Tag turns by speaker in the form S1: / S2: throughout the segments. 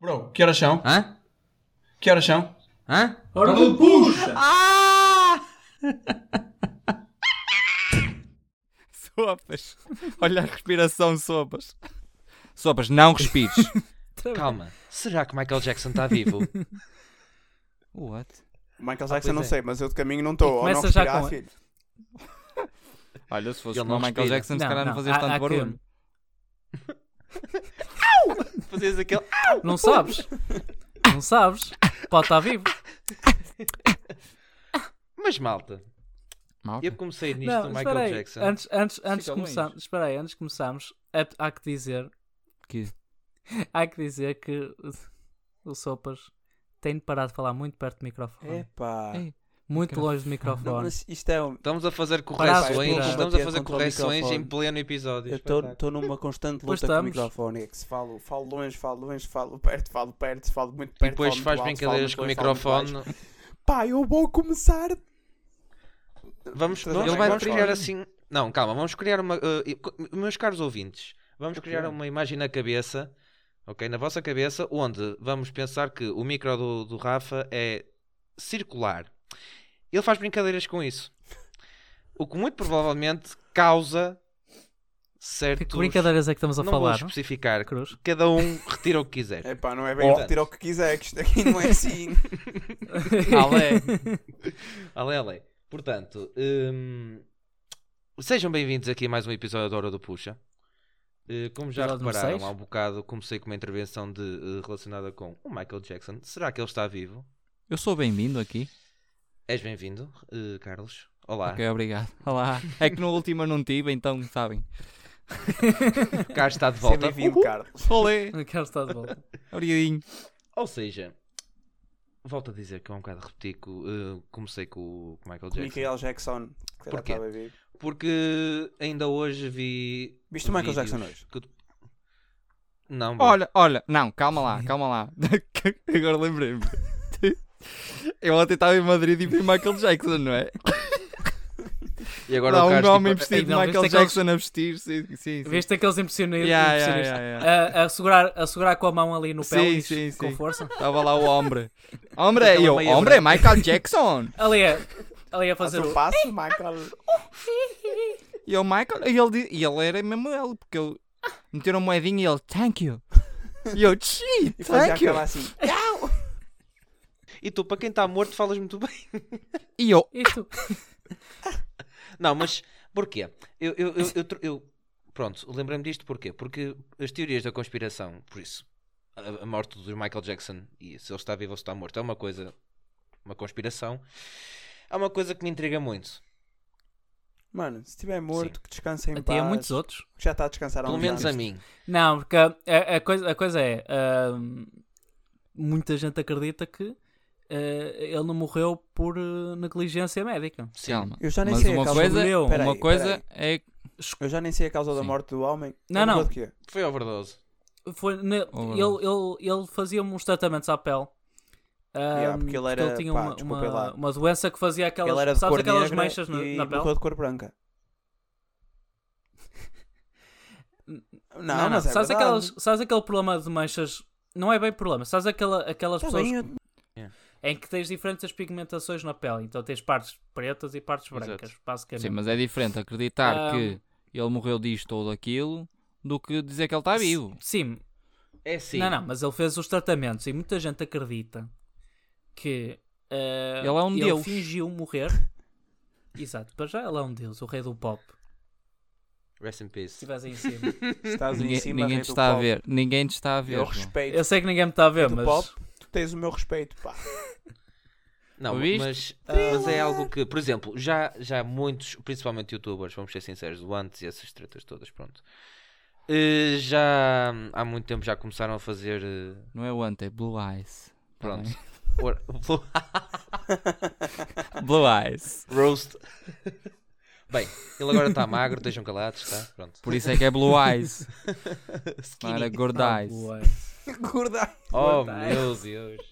S1: Bro, que horas são?
S2: Hã?
S1: Que horas são?
S2: Hã?
S3: Ora não puxa!
S2: Ah! sopas. Olha a respiração, sopas. Sopas, não respires.
S4: Calma, será que Michael Jackson está vivo?
S2: What?
S5: Michael Jackson
S4: pois
S5: não
S4: é.
S5: sei, mas eu de caminho não estou. Ou não
S3: começa já
S5: respirar, assim.
S3: com-
S5: filho.
S2: Olha, se fosse
S4: Ele
S2: como o
S4: não
S2: Michael
S4: respira.
S2: Jackson, se
S3: Não,
S2: calhar não, Ah,
S3: não,
S2: fazias
S3: há-
S2: tanto
S3: há que-
S2: barulho.
S4: Fazias aquele. "Ah,
S3: Não sabes? Não sabes? Pode estar vivo.
S4: Mas malta,
S2: Malta.
S4: eu comecei nisto
S3: Não,
S4: do
S3: espera
S4: Michael
S3: aí.
S4: Jackson.
S3: Antes, antes, antes de
S4: Fica longe.
S3: começarmos, espera aí, antes de começarmos, é- há que dizer,
S2: Que-
S3: há que dizer que o Sopas tem de parar de falar muito perto do
S4: É
S3: microfone.
S5: Epá.
S2: Ei,
S3: muito
S2: microfone.
S3: longe do
S5: Não,
S3: microfone.
S5: mas isto é um...
S4: Estamos a fazer
S3: Parado,
S4: correções,
S3: parado.
S4: estamos a
S5: Bater
S4: fazer
S5: contra o
S4: correções em
S5: microfone.
S4: pleno episódio.
S5: Eu
S4: Espetáculo.
S5: estou numa constante
S3: Pois
S5: luta com o
S3: estamos.
S5: microfone. É que se falo, falo longe, falo longe, falo perto, falo perto, falo muito perto.
S4: E depois
S5: falo
S4: faz
S5: muito alto,
S4: brincadeiras com o
S5: falo muito baixo, falo muito
S4: microfone.
S5: baixo. Pá, eu vou começar.
S4: Vamos,
S5: Ele
S4: vamos,
S5: vai
S4: vamos
S5: te
S4: criar
S5: falar.
S4: assim. Não, calma, vamos criar uma. eh, co- meus caros ouvintes, vamos criar uma imagem na cabeça, ok? Na vossa cabeça, onde vamos pensar que o micro do, do Rafa é circular. Ele faz brincadeiras com isso. O que muito provavelmente causa
S3: Que
S4: certos.
S3: brincadeiras é que estamos a
S4: não vou
S3: falar? não?
S4: especificar.
S3: Cruz.
S4: Cada um retira o que quiser.
S5: Epá, não é bem retirar o que quiser, que isto aqui não é assim.
S4: Ale.
S2: é?
S4: ale, ale. Portanto, hum, sejam bem-vindos aqui a mais um episódio da Hora do Puxa. Eh, Como já
S3: Episódio número
S4: repararam
S3: seis.
S4: há um bocado, comecei com uma intervenção de, eh, relacionada com o Michael Jackson. Será que ele está vivo?
S2: Eu sou bem-vindo aqui.
S4: És bem-vindo, eh, Carlos. Olá,
S2: Ok, obrigado. Olá. É que no último eu não tive, então sabem.
S4: o Carlos está de
S5: Seja
S4: volta.
S5: bem-vindo, Carlos.
S2: Olê!
S3: O Carlos está de volta.
S2: Obrigadinho.
S4: Ou seja, volto a dizer que eu há um bocado repeti que eh, comecei com o com o Michael Jackson.
S5: Michael Jackson. tá que já
S4: Porquê?
S5: estava vivo.
S4: Porque ainda hoje vi.
S5: Viste é o Michael
S4: vídeos
S5: Jackson hoje?
S4: que- Não, bro.
S2: Olha, olha, não, calma lá, calma lá. Agora lembrei-me. Eu ontem estava em Madrid e vi Michael Jackson, não é?
S4: E agora
S2: Agora
S4: o
S2: um
S4: Carlos,
S2: homem
S4: tipo,
S2: vestido de
S3: Não,
S2: Michael
S3: viste aqueles-
S2: Jackson a vestir, sim, sim. sim.
S3: Viste aqueles impressioni-
S2: Yeah,
S3: impressionistas?
S2: yeah, yeah, yeah.
S3: A, a segurar, a segurar com a mão ali no
S2: Sim,
S3: pé
S2: sim,
S3: com
S2: sim.
S3: força.
S2: Estava lá o homem. Homem, é
S4: Aquela
S2: eu,
S4: meia
S2: homem, Michael Jackson.
S3: Ali a, ali a fazer
S5: Faz
S3: o...
S5: um passo, Michael.
S2: E o Michael, e ele, di- e ele era mesmo ele, porque ele meteram moedinha e ele, thank you. E eu, gee,
S5: E fazia
S2: thank you.
S5: aquela assim.
S4: E tu, para quem está morto, falas muito bem.
S2: E eu,
S3: Isto.
S4: Não, mas porquê? Eu, eu, eu, eu tro- eu- pronto, lembrei-me disto porquê? Porque as teorias da conspiração, por isso, a, a morte do Michael Jackson e se ele está vivo ou se está morto é uma coisa, uma conspiração, é uma coisa que me intriga muito.
S5: Mano, se estiver morto, que descanse em
S3: Até
S5: paz.
S3: a muitos outros.
S5: Que já está a descansar
S4: é
S5: há
S4: Pelo
S5: uns
S4: menos a
S5: anos.
S4: mim.
S3: Não, porque a, a- a coisa, a coisa é. ahm, muita gente acredita que ah, ele não morreu por ah, negligência médica.
S4: Sim.
S2: calma.
S5: Eu já nem
S2: Mas
S5: sei a
S2: uma
S5: causa
S2: coisa,
S5: do
S3: meu,
S5: Peraí,
S2: uma coisa
S5: peraí.
S2: é
S5: Eu já nem sei a causa da
S2: Sim.
S5: morte do homem.
S3: Não,
S5: Eu
S3: não.
S5: vou de quê?
S4: Foi overdose.
S3: Foi ne-
S2: Oh,
S3: ele, ele, ele fazia uns tratamentos à pele. Ahm,
S5: Yeah, porque ele era-
S3: tinha
S5: pá,
S3: uma,
S5: desculpa
S3: uma,
S5: lá.
S3: uma doença que fazia aquelas,
S5: Ele era de
S3: sabes,
S5: cor
S3: aquelas
S5: negra
S3: manchas na,
S5: e
S3: na pele.
S5: morreu de cor branca. Não,
S3: N- não, não.
S5: mas é
S3: sabes,
S5: verdade.
S3: aquelas, sabes aquele problema de manchas? Não é bem problema, sabes aquela, aquelas
S5: Tá
S3: pessoas
S5: bem, eu-
S3: em que tens diferentes pigmentações na pele, então tens partes pretas e partes
S4: Exato.
S3: brancas, basicamente.
S2: Sim, mas é diferente acreditar
S3: Ah.
S2: que ele morreu disto ou daquilo do que dizer que ele está vivo.
S3: Sim,
S4: É sim.
S3: Não, não, mas ele fez os tratamentos e muita gente acredita que eh,
S2: Ele é um deus.
S3: fingiu morrer. Exato, para já ele é um deus, o rei do pop. Se
S4: Rest in peace.
S3: estivesse aí em cima.
S5: Estás aí em
S2: Ninguém,
S5: cima,
S2: ninguém
S5: rei
S2: te
S5: do
S2: está a
S5: pop.
S2: ver. Ninguém te está a ver.
S5: Eu
S2: João.
S5: respeito.
S3: Eu sei que ninguém me está a ver,
S5: do
S3: mas.
S5: pop. Tu tens o meu respeito, pá.
S4: Não,
S2: Ouviste?
S4: mas, mas é algo que, por exemplo, já, já muitos, principalmente youtubers, vamos ser sinceros, do antes e essas tretas todas, pronto. eh, já há muito tempo já começaram a fazer. eh,
S2: Não é o Ante, é Blue Eyes. Tá
S4: Pronto.
S2: bem?
S4: or- blue-
S2: Blue Eyes.
S4: roast. Bem, ele agora está magro, deixam calados, está? Pronto.
S2: Por isso é que é Blue Eyes. Não
S4: Skinny.
S2: era Gordo
S3: Ah,
S2: Eyes.
S3: boa.
S5: Gorda.
S4: Oh meu Deus.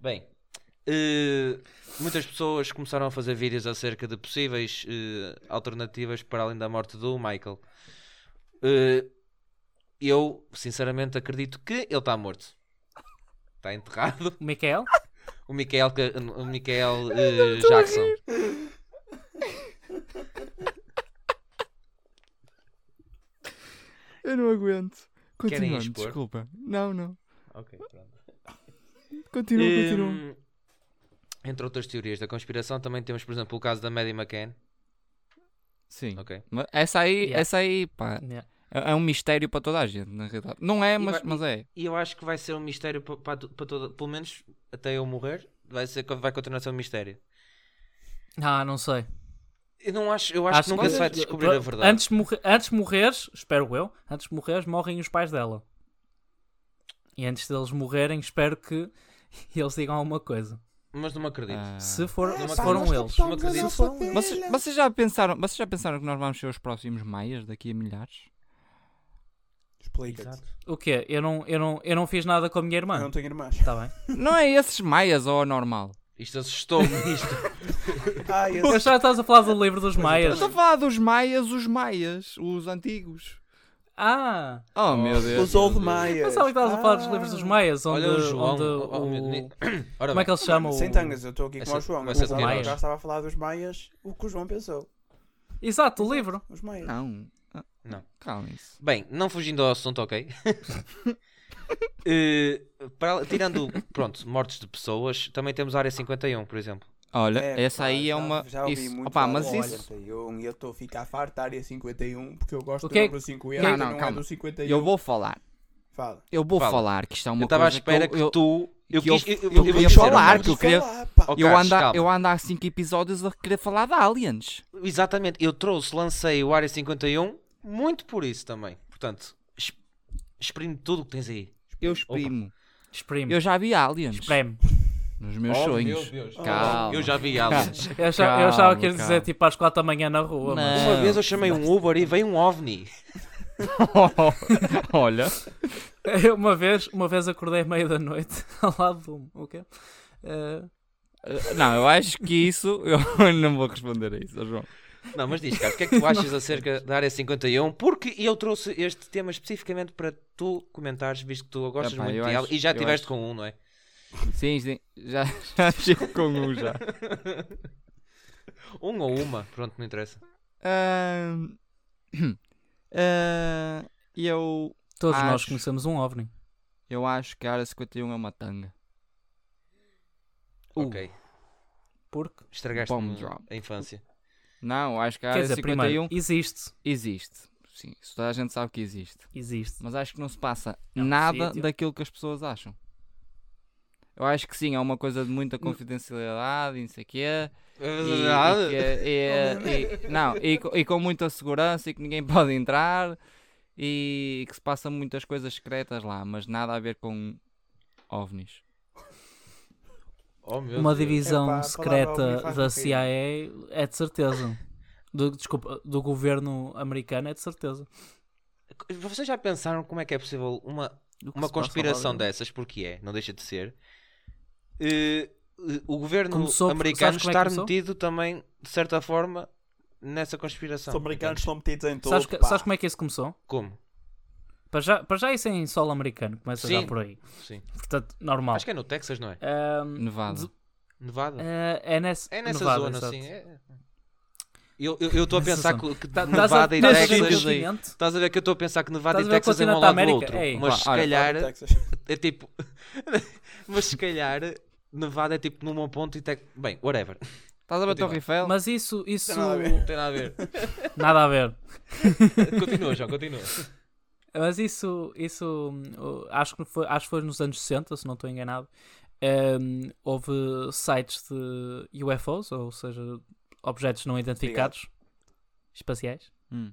S4: Bem, eh, muitas pessoas começaram a fazer vídeos acerca de possíveis eh, alternativas para além da morte do Michael. Eh, Eu, sinceramente, acredito que ele está morto. Está enterrado.
S3: O Miquel?
S4: O Michael, Ca- o Michael eh, Jackson.
S2: Eu não aguento.
S4: Querem
S2: Continuando,
S4: expor?
S2: desculpa. Não, não.
S4: Ok, pronto.
S2: Continua, continua.
S4: Hum, entre outras teorias da conspiração, também temos, por exemplo, o caso da Maddie McCann.
S2: Sim.
S4: Ok.
S2: Mas essa aí,
S3: Yeah.
S2: essa aí, pá,
S3: Yeah.
S2: é é um mistério para toda a gente, na realidade. Não é, mas,
S4: vai-
S2: mas é.
S4: E eu acho que vai ser um mistério pa- para, to- para toda, pelo menos até eu morrer, vai, ser, vai continuar a ser um mistério.
S3: Ah, não sei.
S4: Eu não acho, eu acho, que nunca
S3: quando-
S4: se vai descobrir a verdade.
S3: Antes de, morrer, antes de morreres, espero eu, antes de morreres, morrem os pais dela. E antes deles morrerem, espero que eles digam alguma coisa.
S4: Mas não me acredito.
S2: Ah.
S3: Se, for,
S4: não
S3: se
S4: pá,
S3: foram
S4: nós
S3: eles.
S4: estamos- acredito.
S2: Vocês, vocês já pensaram, vocês já pensaram que nós vamos ser os próximos maias daqui a milhares?
S5: Explica-te.
S3: O quê? Eu não, eu, não, eu não fiz nada com a minha
S5: Eu
S3: irmã.
S5: não tenho irmãs.
S3: Está Tá bem.
S2: Não é esses maias ou normal?
S4: Isto assustou-me. Isto.
S5: Ah, esse-
S3: Mas já estás a falar do livro dos
S2: Eu
S3: Maias.
S5: então tá.
S2: estou a falar dos maias, os maias, os antigos.
S3: Ah!
S2: Oh, meu Deus.
S5: os Old Maias.
S3: Pensava que estavas a
S5: Ah.
S3: falar dos livros dos Maias, onde,
S4: Olha o João.
S3: onde
S4: oh, oh,
S3: o-
S4: meu- ni- Ora
S3: Como é
S4: bem,
S3: que eles chamam?
S5: Sem
S3: o-
S5: tangas, eu estou aqui com
S4: Essa-
S5: o João.
S4: essa
S5: Mas
S3: de
S5: agora
S3: Maias.
S5: já estava a falar dos Maias, o que o João pensou.
S3: Exato, o livro.
S5: Os Maias.
S2: Não. Ah,
S4: Não.
S2: Calem-se.
S4: bem, não fugindo ao assunto, ok? Eh, para al- tirando, pronto, mortes de pessoas, também temos a área 51, por exemplo.
S2: Olha,
S5: É,
S2: essa
S5: pá,
S2: aí é
S5: já-
S2: uma.
S5: Já ouvi
S2: isso.
S5: muito
S2: Opa,
S5: falar
S2: mas
S5: da área
S2: isso.
S5: 51, e eu estou a ficar farto da área 51 porque eu gosto
S3: O que é
S5: do
S3: que-
S5: número 50
S2: Não,
S5: não,
S2: não,
S5: não, é
S2: calma.
S5: do 51.
S2: Eu vou falar.
S5: Fala.
S2: Eu vou
S4: Fala.
S2: falar que isto é uma
S4: eu estava à
S2: coisa
S4: espera que,
S2: eu- eu-
S4: tu. Eu,
S2: que eu-
S4: quis.
S2: eu
S4: vou
S2: queria
S4: dizer o
S2: falar,
S4: nome.
S2: que eu queria-
S5: Falar, pá.
S4: Ok,
S2: eu, ando, há-
S4: calma.
S2: eu ando há 5 episódios a querer falar de aliens.
S4: Exatamente, eu trouxe, lancei o Área 51 muito por isso também. Portanto, es- exprime tudo o que tens aí.
S2: Eu exprimo.
S3: Exprime.
S2: Eu já vi aliens
S3: Espreme.
S2: nos meus
S4: Oh,
S2: sonhos.
S4: meu Deus.
S2: Calma.
S4: Eu já vi aliens.
S3: Eu achava, eu achava
S2: Calma,
S3: que ias
S2: calma.
S3: dizer tipo às 4 da manhã na rua, mas.
S4: Uma vez eu chamei um Uber e veio um OVNI.
S2: Olha.
S3: Eu uma vez, uma vez acordei à meia da noite ao lado de um. O quê? Eh,
S2: Não, eu acho que isso. Eu não vou responder a isso, ó João.
S4: Não, mas diz, Carlos, o que é que tu achas acerca da Área 51? Porque eu trouxe este tema especificamente para tu comentares, visto que tu gostas
S2: Epá,
S4: muito
S2: eu
S4: de
S2: acho-
S4: aliens e já
S2: eu
S4: tiveste
S2: acho-
S4: com um, não é?
S2: Sim, sim. Já, já chego com um já.
S4: Um ou uma, pronto, não interessa.
S2: Ahn, ah, eu,
S3: todos nós
S2: Acho.
S3: conhecemos um OVNI.
S2: eu acho que a área 51 é uma tanga. Uh,
S4: Ok,
S3: Porque,
S4: estragaste-me
S2: bomb drop.
S4: a infância.
S2: Não, acho que a
S4: Ah,
S3: quer
S2: área
S3: dizer,
S2: 51
S3: primeiro,
S4: um.
S3: existe.
S2: existe. Sim, isso toda a gente sabe que existe.
S3: Existe.
S2: Mas acho que não se passa
S3: É um
S2: nada
S3: sítio.
S2: daquilo que as pessoas acham. Eu acho que sim, é uma coisa de muita confidencialidade e não sei o
S3: É
S2: quê. E, e que é- e- não, e, co- e com muita segurança e que ninguém pode entrar e que se passam muitas coisas secretas lá, mas nada a ver com ovnis.
S4: Oh, meu
S3: Uma
S4: Deus.
S3: divisão
S5: Epá, a palavra OVNI
S3: secreta
S5: faz
S3: da
S5: rir.
S3: CIA é de certeza. Do, desculpa, do governo americano é de certeza.
S4: Vocês já pensaram como é que é possível uma
S2: Do que
S4: uma
S2: se passa lá
S4: conspiração
S2: dentro.
S4: dessas, porque é, não deixa de ser, eh, eh, o governo
S3: Começou por-
S4: americano
S3: sabes como é que
S4: estar
S3: começou?
S4: metido também, de certa forma, nessa conspiração.
S5: Os americanos
S4: Portanto,
S5: estão metidos em tudo.
S3: Sabes, que-
S5: pá.
S3: sabes como é que isso começou?
S4: Como?
S3: Para já, para já isso é em solo americano, começa
S4: Sim.
S3: já por aí.
S4: Sim.
S3: Portanto, normal.
S4: Acho que é no Texas, não é?
S3: Ahm,
S2: Nevada.
S3: de-
S4: Nevada? É,
S3: eh, é, nessa,
S4: nessa
S3: Nevada,
S4: zona,
S3: exato.
S4: assim. é- Eu eu- eu estou a
S3: Nessa
S4: pensar
S3: zona.
S4: que, que tá-
S3: Estás a
S4: Nevada e
S3: estás a ver o
S4: Texas.
S3: continente?
S4: Estás a ver que eu estou a pensar que Nevada
S3: Estás
S4: e
S3: a ver o
S4: Texas é um ao
S3: continente da
S4: lado do
S3: América?
S4: outro.
S3: Ei.
S4: Mas
S2: Pá,
S4: se
S2: olha,
S4: calhar
S5: Texas.
S4: é tipo. Mas se calhar Nevada é tipo numa ponta e Texas. Bem, whatever.
S2: Estás a ver a Torre Eiffel?
S3: Mas isso, isso
S5: Tem nada Tá a ver.
S4: Não tem nada a ver.
S3: nada a ver.
S4: Continua, João, continua.
S3: Mas isso, isso hum, o- acho que foi, acho que foi nos anos 60, se não estou enganado. Hum, houve sites de UFOs, ou seja, objetos não identificados espaciais.
S2: Hum.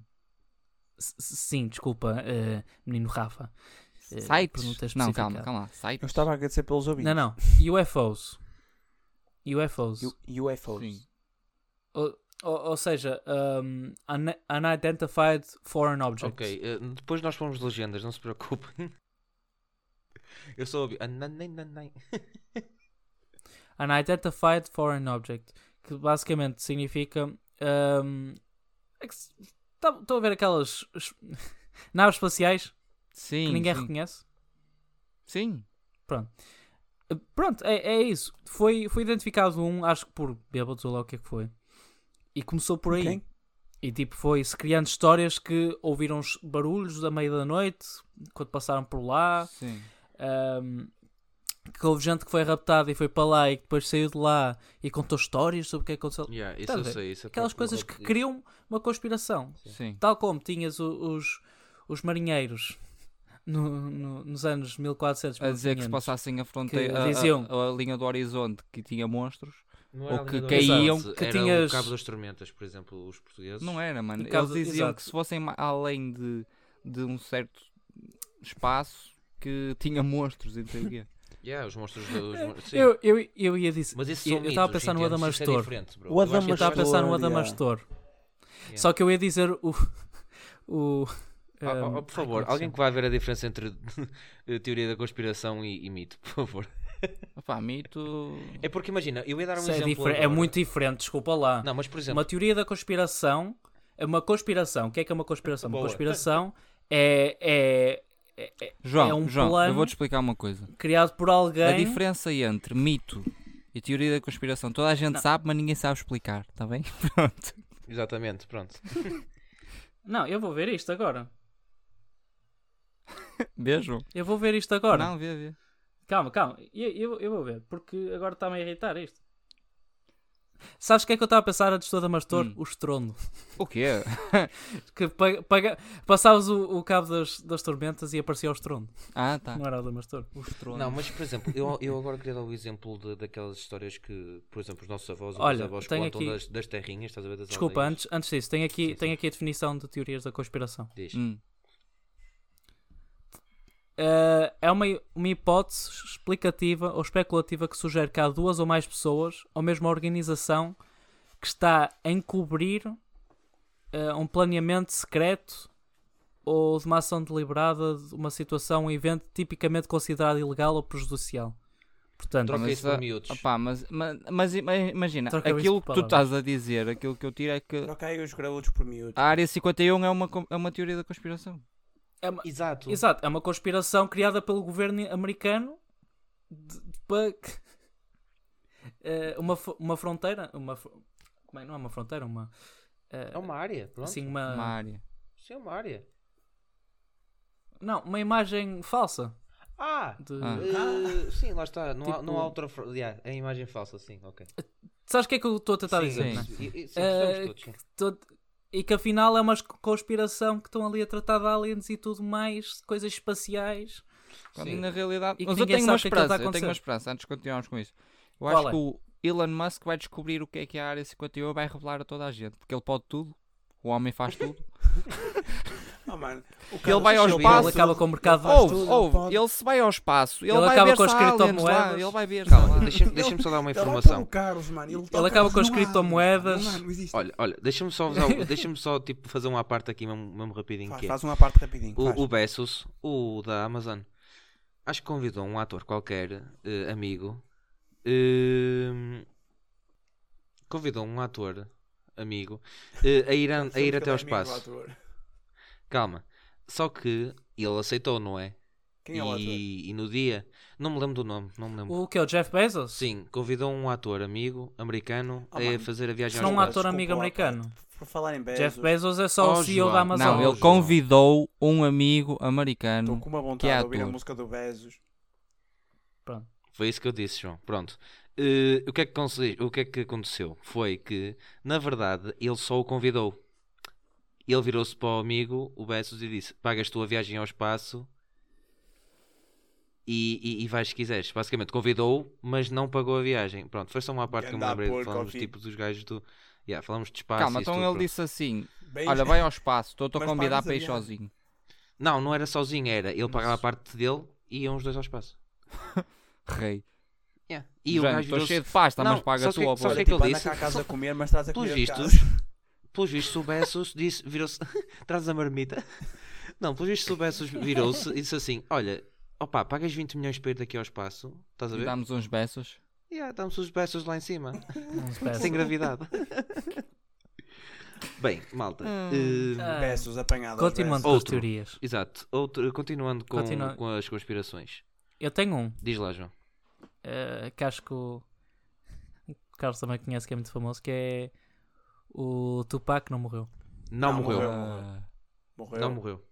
S3: S- s- Sim, desculpa, eh, menino Rafa. Eh, pergunta
S2: Sites? Não,
S3: especificada.
S2: calma, calma lá. Sites?
S5: Eu estava a agradecer pelos
S3: Não,
S5: ouvintes.
S3: não. UFOs. UFOs.
S5: U UFOs.
S2: Sim.
S3: Ou, ou seja, hum, un- Unidentified Foreign Objects.
S4: Ok, eh, depois nós pomos legendas, não se preocupem. Eu só ouvi. Ah, nan, nan, nan, nan.
S3: Unidentified Foreign Object, que basicamente significa. um, é tá- Estão a ver aquelas es- naves espaciais
S2: Sim.
S3: que ninguém
S2: sim.
S3: reconhece.
S2: Sim.
S3: Uh, Pronto, é, é isso. Foi, foi identificado um, acho que por bêbados ou lá o que é que foi. E começou por aí.
S1: Ok.
S3: E tipo, foi-se criando histórias que ouviram os barulhos da meia da noite, quando passaram por lá.
S2: Sim.
S3: Ahm, que houve gente que foi raptada e foi para lá e que depois saiu de lá e contou histórias sobre o que aconteceu.
S4: Yeah, isso
S3: Tá a
S4: eu
S3: ver?
S4: sei, isso é
S3: Aquelas
S4: porque
S3: coisas
S4: eu-
S3: que criam uma conspiração.
S2: Sim.
S3: Tal como tinhas o- os, os marinheiros no- no- nos anos 1400,
S2: A dizer que se
S3: 1500.
S2: passassem a fronteira, a- a-
S3: diziam-
S2: a, linha do horizonte que tinha monstros,
S4: Não era
S2: ou
S4: a
S2: que
S4: linha do
S2: caíam,
S4: horizonte,
S3: que
S4: era
S3: tinhas-
S4: o Cabo das Tormentas, por exemplo, os portugueses.
S2: não é. era, mano.
S3: Por causa-
S2: Eles diziam
S3: exato.
S2: que se fossem ma- além de, de um certo espaço que tinha monstros, e não sei o quê.
S4: Yeah, os monstros dos... sim.
S3: Eu, eu, eu ia dizer.
S4: Mas isso
S3: eu-
S4: são
S3: eu estava a
S4: mitos,
S3: pensar no
S4: entendes? Isso é
S3: Adamastor.
S4: diferente, bro.
S5: O
S4: Eu acho que
S3: Eu estava a pensar no
S5: Pastor, yeah.
S3: Adamastor.
S4: Yeah.
S3: Só que eu ia dizer o.
S2: É um
S3: o
S4: Ah,
S3: ahm,
S4: oh, oh, por favor, alguém que vai ver a diferença entre eh, teoria da conspiração e, e mito, por favor.
S2: Opá, mito.
S4: É porque imagina, eu ia dar um
S3: Isso é,
S4: exemplo.
S3: diferente, é
S4: agora.
S3: muito diferente, desculpa lá.
S4: Não, mas por exemplo,
S3: Uma teoria da conspiração. é Uma conspiração. O que é que é uma conspiração? Uma
S4: Boa.
S3: conspiração é, é, é- é
S2: João,
S3: um
S2: João
S3: plano-
S2: eu vou-te explicar uma coisa.
S3: criado por
S2: A
S3: alguém.
S2: diferença entre mito e teoria da conspiração, toda a gente sabe, mas ninguém sabe explicar, está bem? Pronto.
S4: exatamente, pronto.
S3: Não, eu vou ver isto agora.
S2: Beijo.
S3: Eu vou ver isto agora.
S2: Não, vê, vê.
S3: Calma, calma. Eu, eu, eu vou ver, porque agora está-me a irritar isto. Sabes o que é que eu estava a pensar antes de todo Amastor?
S2: Hum.
S3: O estrondo.
S2: O quê?
S3: Que pa- paga- passavas o, o cabo das, das tormentas e aparecia o estrondo.
S2: Ah, tá.
S3: Não era o Damastor.
S2: Os tronos.
S4: Não, mas por exemplo, eu, eu agora queria dar o exemplo de- daquelas histórias que, por exemplo, os nossos avós ou
S3: Olha,
S4: os avós
S3: tenho
S4: contam
S3: aqui-
S4: das, das terrinhas, estás a ver? Das
S3: Desculpa,
S4: aldeias.
S3: antes, antes disso, tem aqui,
S4: é sim.
S3: tem aqui a definição de teorias da conspiração.
S4: Diz.
S2: Hum.
S3: Uh, é uma, uma hipótese explicativa ou especulativa que sugere que há duas ou mais pessoas, ou mesmo uma organização, que está a encobrir uh, um planeamento secreto ou de uma ação deliberada de uma situação, um evento tipicamente considerado ilegal ou prejudicial. Portanto,
S4: Troca
S2: mas
S4: isso por
S2: a-
S4: miúdos.
S2: Opá, mas, mas, mas ima- imagina,
S3: Troca isso
S2: aquilo
S3: por
S2: que tu
S3: palavras.
S2: estás a dizer, aquilo que eu tiro é que
S5: Troca aí os graúdos por miúdos.
S2: a área 51 é uma, co- é uma teoria da conspiração.
S3: é uma,
S4: Exato.
S3: exato, é uma conspiração criada pelo governo americano de- de- para que- Uh, uma, fo- uma fronteira, uma, fro- como é? não é uma fronteira, uma,
S4: É uma área, pronto.
S3: assim uma,
S2: Uma área.
S4: Isso é uma área.
S3: não uma imagem falsa
S4: Ah!
S3: de...
S2: Ah.
S4: eh, sim, lá está. Não, há,
S3: Tipo-
S4: não há outra. fro- Yeah, é a imagem falsa, sim, ok.
S3: sabes o que é que eu estou a tentar dizer
S2: sim.
S3: né?
S4: Sim, e- e- sim,
S3: Eh,
S4: percebemos todos, sim.
S3: Tô- e que afinal é uma esc- conspiração que estão ali a tratar de aliens e tudo mais coisas espaciais
S2: Quando
S4: Sim.
S2: na realidade.
S3: E que
S2: Mas eu
S3: ninguém
S2: tenho uma
S3: sabe o que é que está
S2: esperança,
S3: a
S2: eu tenho
S3: acontecer.
S2: uma esperança, antes de continuarmos com isso. Eu
S3: Qual
S2: acho
S3: é?
S2: que o Elon Musk vai descobrir o que é que é a área 51 e vai revelar a toda a gente, porque ele pode tudo, o homem faz tudo.
S5: Oh, mano. O
S2: ele vai aos
S5: Silva-
S2: passos.
S3: ele acaba com o mercado
S5: Faz
S2: ouve,
S5: tudo, ele
S2: ouve,
S5: pode.
S2: ele se vai ao espaço, ele,
S3: Ele
S2: vai
S3: acaba
S2: ver
S3: com
S2: com
S3: as
S2: se há aliens lá,
S3: criptomoedas.
S2: ele vai ver.
S4: Calma,
S2: lá.
S4: deixa-me deixa-me só dar uma
S3: é um
S5: Ele vai
S4: informação.
S5: pelo Carlos, mano. Ele,
S3: Ele acaba com as
S5: Não há-
S3: criptomoedas.
S5: Não, há, não existe.
S4: Olha, olha, deixa-me só, vos- deixa-me só tipo, fazer uma parte aqui mesmo, mesmo rapidinho
S5: Faz,
S4: que é.
S5: faz uma parte rapidinho. faz.
S4: O, o Bessos, o da Amazon, acho que convidou um ator qualquer, eh, amigo, eh, convidou um ator, amigo, eh, a ir, a, a ir
S5: Sempre que
S4: até ao
S5: ele é amigo do
S4: espaço.
S5: ator.
S4: Calma. Só que ele aceitou, não é?
S5: Quem é o ator?
S4: e, e no dia, não me lembro do nome, não me lembro.
S3: o que é o Jeff Bezos
S4: Sim, convidou um ator amigo americano eh,
S5: Oh,
S4: a
S5: mano.
S4: fazer a viagem
S3: Se não
S4: ao
S3: um
S4: espaço.
S3: ator amigo
S5: Desculpa,
S3: americano
S5: Por falar em Bezos.
S3: Jeff Bezos é só
S4: Oh,
S3: o CEO
S4: João.
S3: da Amazon
S2: Não, ele
S4: João.
S2: convidou um amigo
S5: Estou
S4: Hum,
S2: americano.
S5: com uma
S2: Que é
S5: vontade de ouvir a
S2: ator.
S5: música do Bezos.
S4: Foi isso que eu disse, João. Pronto. Eh, o, que é que conse- o que é que aconteceu? Foi que, na verdade, ele só o convidou. Ele virou-se para o amigo, o Bessos, e disse: Pagas tu a viagem ao espaço e, e, e vais se quiseres. Basicamente, convidou-o, mas não pagou a viagem. Pronto, foi só uma parte que eu me
S5: Ganda
S4: lembrei. de
S5: porco,
S4: Falamos
S5: ó,
S4: tipo dos gajos do. Yeah, falamos de espaço.
S2: Calma,
S4: e isso
S2: então
S4: tudo,
S2: ele
S4: pronto.
S2: disse assim:
S5: Beijo.
S2: Olha, vai ao espaço, estou-te a
S5: Mas
S2: convidar
S5: pagas
S2: para
S5: a
S2: ir
S5: viagem.
S2: sozinho.
S4: Não, não era sozinho, era. Ele pagava a parte dele e iam os dois ao espaço.
S2: Rei.
S4: Yeah. E o
S2: Jano,
S4: gajo
S2: estou
S4: virou-se
S2: cheio de pasta,
S4: Não,
S2: mas paga a
S4: sabes o que
S2: tua
S4: é
S2: bolsa.
S4: que- sabes o que
S5: Olha, tipo,
S4: ele
S5: anda
S4: disse?
S5: cá a casa a comer, mas estás a
S4: Pelos
S5: comer a
S4: vistos,
S5: casa.
S4: pelos vistos, o Bessos disse, virou-se, traz a marmita. Não, pelos vistos, o Bessos virou-se e disse assim: Olha, opá, pagas 20 milhões para ir daqui ao espaço, estás a ver?
S2: Dá-nos uns beços. É assim.
S4: E yeah, damos os Bessos lá em cima,
S3: Uns Bezos.
S4: sem gravidade. Bem, malta.
S2: Hum.
S4: eh,
S3: Ah,
S5: Bessos apanhados. aos
S3: continuando com
S5: Bessos.
S3: as
S4: Outro.
S3: teorias.
S4: exato. Outro, continuando com,
S3: Continua.
S4: com as conspirações.
S3: Eu tenho um
S4: Diz lá, João.
S3: eh, que acho que o... o Carlos também conhece, que é muito famoso, que é o Tupac não morreu.
S4: Não,
S5: Não
S4: morreu.
S5: morreu.
S2: Ah,
S5: Morreu.
S4: Não morreu.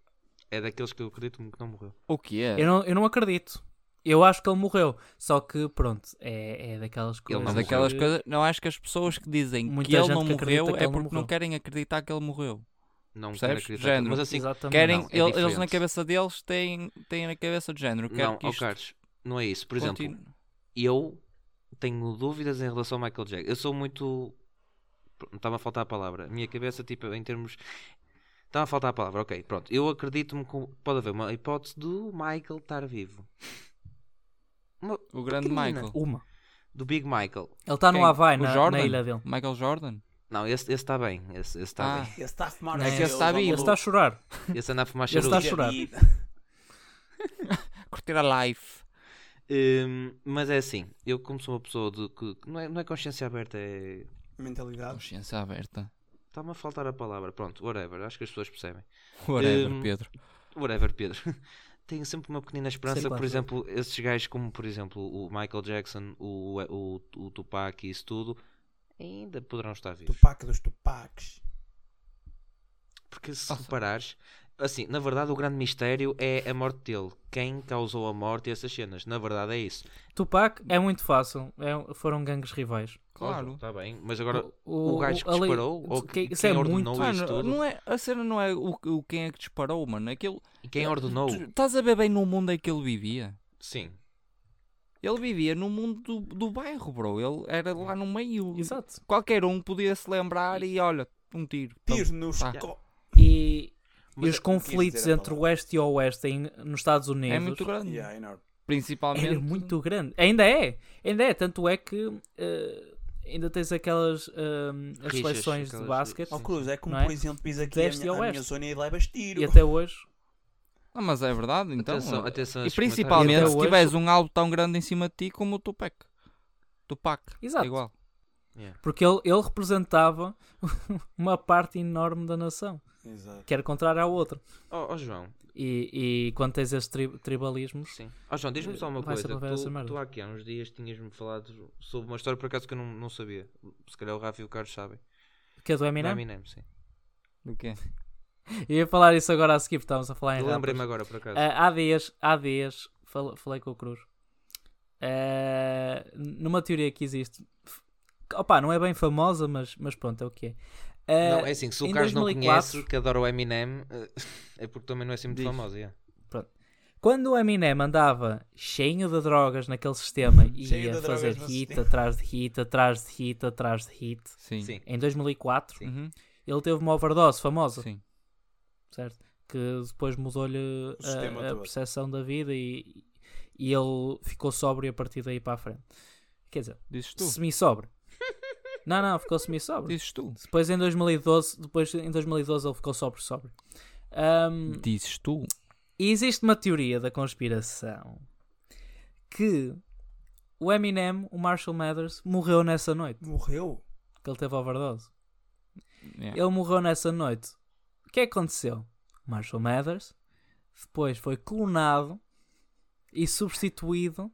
S4: É daqueles que eu acredito que não morreu.
S2: o que é?
S3: Eu não, eu não acredito. Eu acho que ele morreu. Só que, pronto, é, é daquelas
S4: Ele
S2: Mas
S4: não
S3: coisas.
S4: morreu.
S2: daquelas
S3: que-
S2: coisas, não acho que as pessoas que dizem
S3: Muita
S2: que ele
S3: gente
S2: não
S3: que acredita
S2: morreu
S3: que
S2: é
S3: ele
S2: porque não
S3: morreu.
S2: querem acreditar que ele morreu.
S4: Não quero
S2: Percebes?
S4: acreditar.
S2: Género.
S4: Mas assim,
S3: Exatamente.
S2: Querem,
S4: Não, é
S2: ele- eles na
S4: diferente.
S2: cabeça deles têm, têm na cabeça de género. Quero
S4: não,
S2: que
S4: ó
S2: isto
S4: Carlos, não é isso. Por exemplo,
S2: continue.
S4: eu tenho dúvidas em relação ao Michael Jackson. Eu sou muito. Estava a faltar a palavra. A minha cabeça, tipo, em termos. Estava a faltar a palavra, ok, pronto. Eu acredito-me que pode haver uma hipótese do Michael estar vivo. Uma-
S2: o grande
S4: pequenina.
S2: Michael.
S3: Uma.
S4: Do Big Michael.
S3: Ele está
S2: Quem?
S3: no Havaí,
S2: O
S3: na,
S2: Jordan?
S3: na ilha dele.
S2: Michael Jordan?
S4: Não, esse está bem. Esse esse está
S2: Ah.
S4: bem.
S5: Esse está a fumar
S3: Não,
S5: um
S3: é que
S2: esse
S5: seu,
S2: está vivo,
S5: maluco.
S3: Ele está a chorar.
S4: Esse anda a fumar
S3: Ele
S4: charuto.
S3: está
S5: tá
S3: a chorar.
S2: Curtir a life.
S4: Hum, mas é assim, eu como sou uma pessoa de que que não é, não é consciência aberta, é.
S5: Mentalidade.
S2: Consciência aberta.
S4: Está-me a faltar a palavra, pronto, whatever, acho que as pessoas percebem.
S2: Whatever,
S4: Hum,
S2: Pedro.
S4: Whatever, Pedro. Tenho sempre uma pequenina esperança,
S3: Sei lá,
S4: por
S3: Pedro.
S4: exemplo, esses gajos como, por exemplo, o Michael Jackson, o, o, o Tupac e isso tudo, ainda poderão estar vivos.
S5: Tupac dos Tupacs.
S4: Porque se
S2: Nossa.
S4: reparares, assim, na verdade o grande mistério é a morte dele. Quem causou a morte e essas cenas, na verdade é isso.
S3: Tupac é muito fácil. É- foram gangues rivais.
S2: Claro.
S4: Está Tá bem, mas agora
S3: O,
S4: o, gajo que
S3: ali-
S4: disparou, ou
S3: que-
S4: que,
S3: isso
S4: quem
S3: é
S4: ordenou
S3: muito.
S4: isso
S2: Mano,
S4: tudo,
S2: não é, a cena não é o, o quem é que disparou, mano. Aquilo,
S4: e quem ordenou,
S2: é, tu estás a ver bem no mundo em que ele vivia?
S4: sim.
S2: Ele vivia no mundo do, do bairro, bro. Ele era lá no meio.
S3: Exato.
S2: Qualquer um podia se lembrar e olha, um tiro.
S5: Tiros nos
S2: Tá.
S5: co...
S3: E, e
S5: Mas
S3: os
S5: eu quis
S3: conflitos
S5: dizer a
S3: entre o
S5: palavra.
S3: Oeste e o Oeste em- nos Estados Unidos
S2: É muito grande.
S5: Yeah, enorme.
S2: Principalmente.
S3: era muito grande. Ainda é. Ainda é. Tanto é que eh, ainda tens aquelas eh, as
S4: Rixas,
S3: seleções
S4: aquelas-
S3: de basquete.
S5: Ó Cruz, é como
S3: Não é?
S5: por exemplo pis aqui a
S3: Leste
S5: minha,
S3: e
S5: a minha
S3: oeste.
S5: zona e levas tiro.
S3: E até hoje.
S2: Ah, mas é verdade, então.
S4: Atenção, atenção a
S2: e
S4: esses comentários.
S2: principalmente
S3: Até
S2: se
S3: hoje-
S2: tiveres um alvo tão grande em cima de ti como o Tupac. Tupac.
S3: Exato.
S2: É igual.
S3: Porque ele, ele representava uma parte enorme da nação.
S5: Exato.
S3: Que era contrária à outra.
S4: Ó ó, Oh, João,
S3: E, e quando tens esses tri- tribalismos.
S4: Sim. Ó João, diz-me só uma
S3: Vai
S4: coisa.
S3: sempre haver essa
S4: Tu,
S3: merda.
S4: tu há aqui há uns dias tinhas-me falado sobre uma história por acaso que eu não, não sabia. Se calhar o Rafa e o Carlos sabem.
S3: Que é do
S4: Do
S3: Eminem?
S4: Eminem, sim.
S2: Do quê?
S3: Eu ia falar isso agora a seguir, porque estávamos a falar em
S4: Eu lembrei-me
S3: rappers.
S4: agora, por acaso.
S3: Ah, há dias, há dias, fal- falei com o Cruz. Ah, numa teoria que existe. f- Opa, não é bem famosa, mas, mas pronto, é o que é. Ah,
S4: não, é assim, se o
S3: em
S4: Carlos não
S3: 2004
S4: conhece, que adora o Eminem, eh, é porque também não é assim muito
S2: Diz.
S4: famoso. yeah.
S3: Quando o Eminem andava cheio de drogas naquele sistema e
S5: Uhum. Cheio
S3: ia
S5: de drogas
S3: fazer
S5: no
S3: hit
S5: sistema.
S3: atrás de hit, atrás de hit, atrás de hit,
S2: Sim.
S4: Sim.
S3: em 2004,
S4: Sim.
S2: Uhum.
S3: ele teve uma overdose famosa,
S2: Sim.
S3: certo? Que depois mudou-lhe
S5: O sistema
S3: a, a
S5: todo.
S3: percepção da vida e, e ele ficou sóbrio a partir daí para a frente. Quer dizer,
S2: Dizes tu.
S3: semi-sobre. não, não, ficou semi-sobre.
S2: Dizes tu.
S3: Depois em 2012, depois em 2012 ele ficou sobre sobre. Hum.
S2: Dizes tu.
S3: e existe uma teoria da conspiração que o Eminem, o Marshall Mathers, morreu nessa noite,
S5: Morreu?
S3: que ele teve overdose.
S2: Yeah.
S3: Ele morreu nessa noite. O que é que aconteceu? O Marshall Mathers depois foi clonado e substituído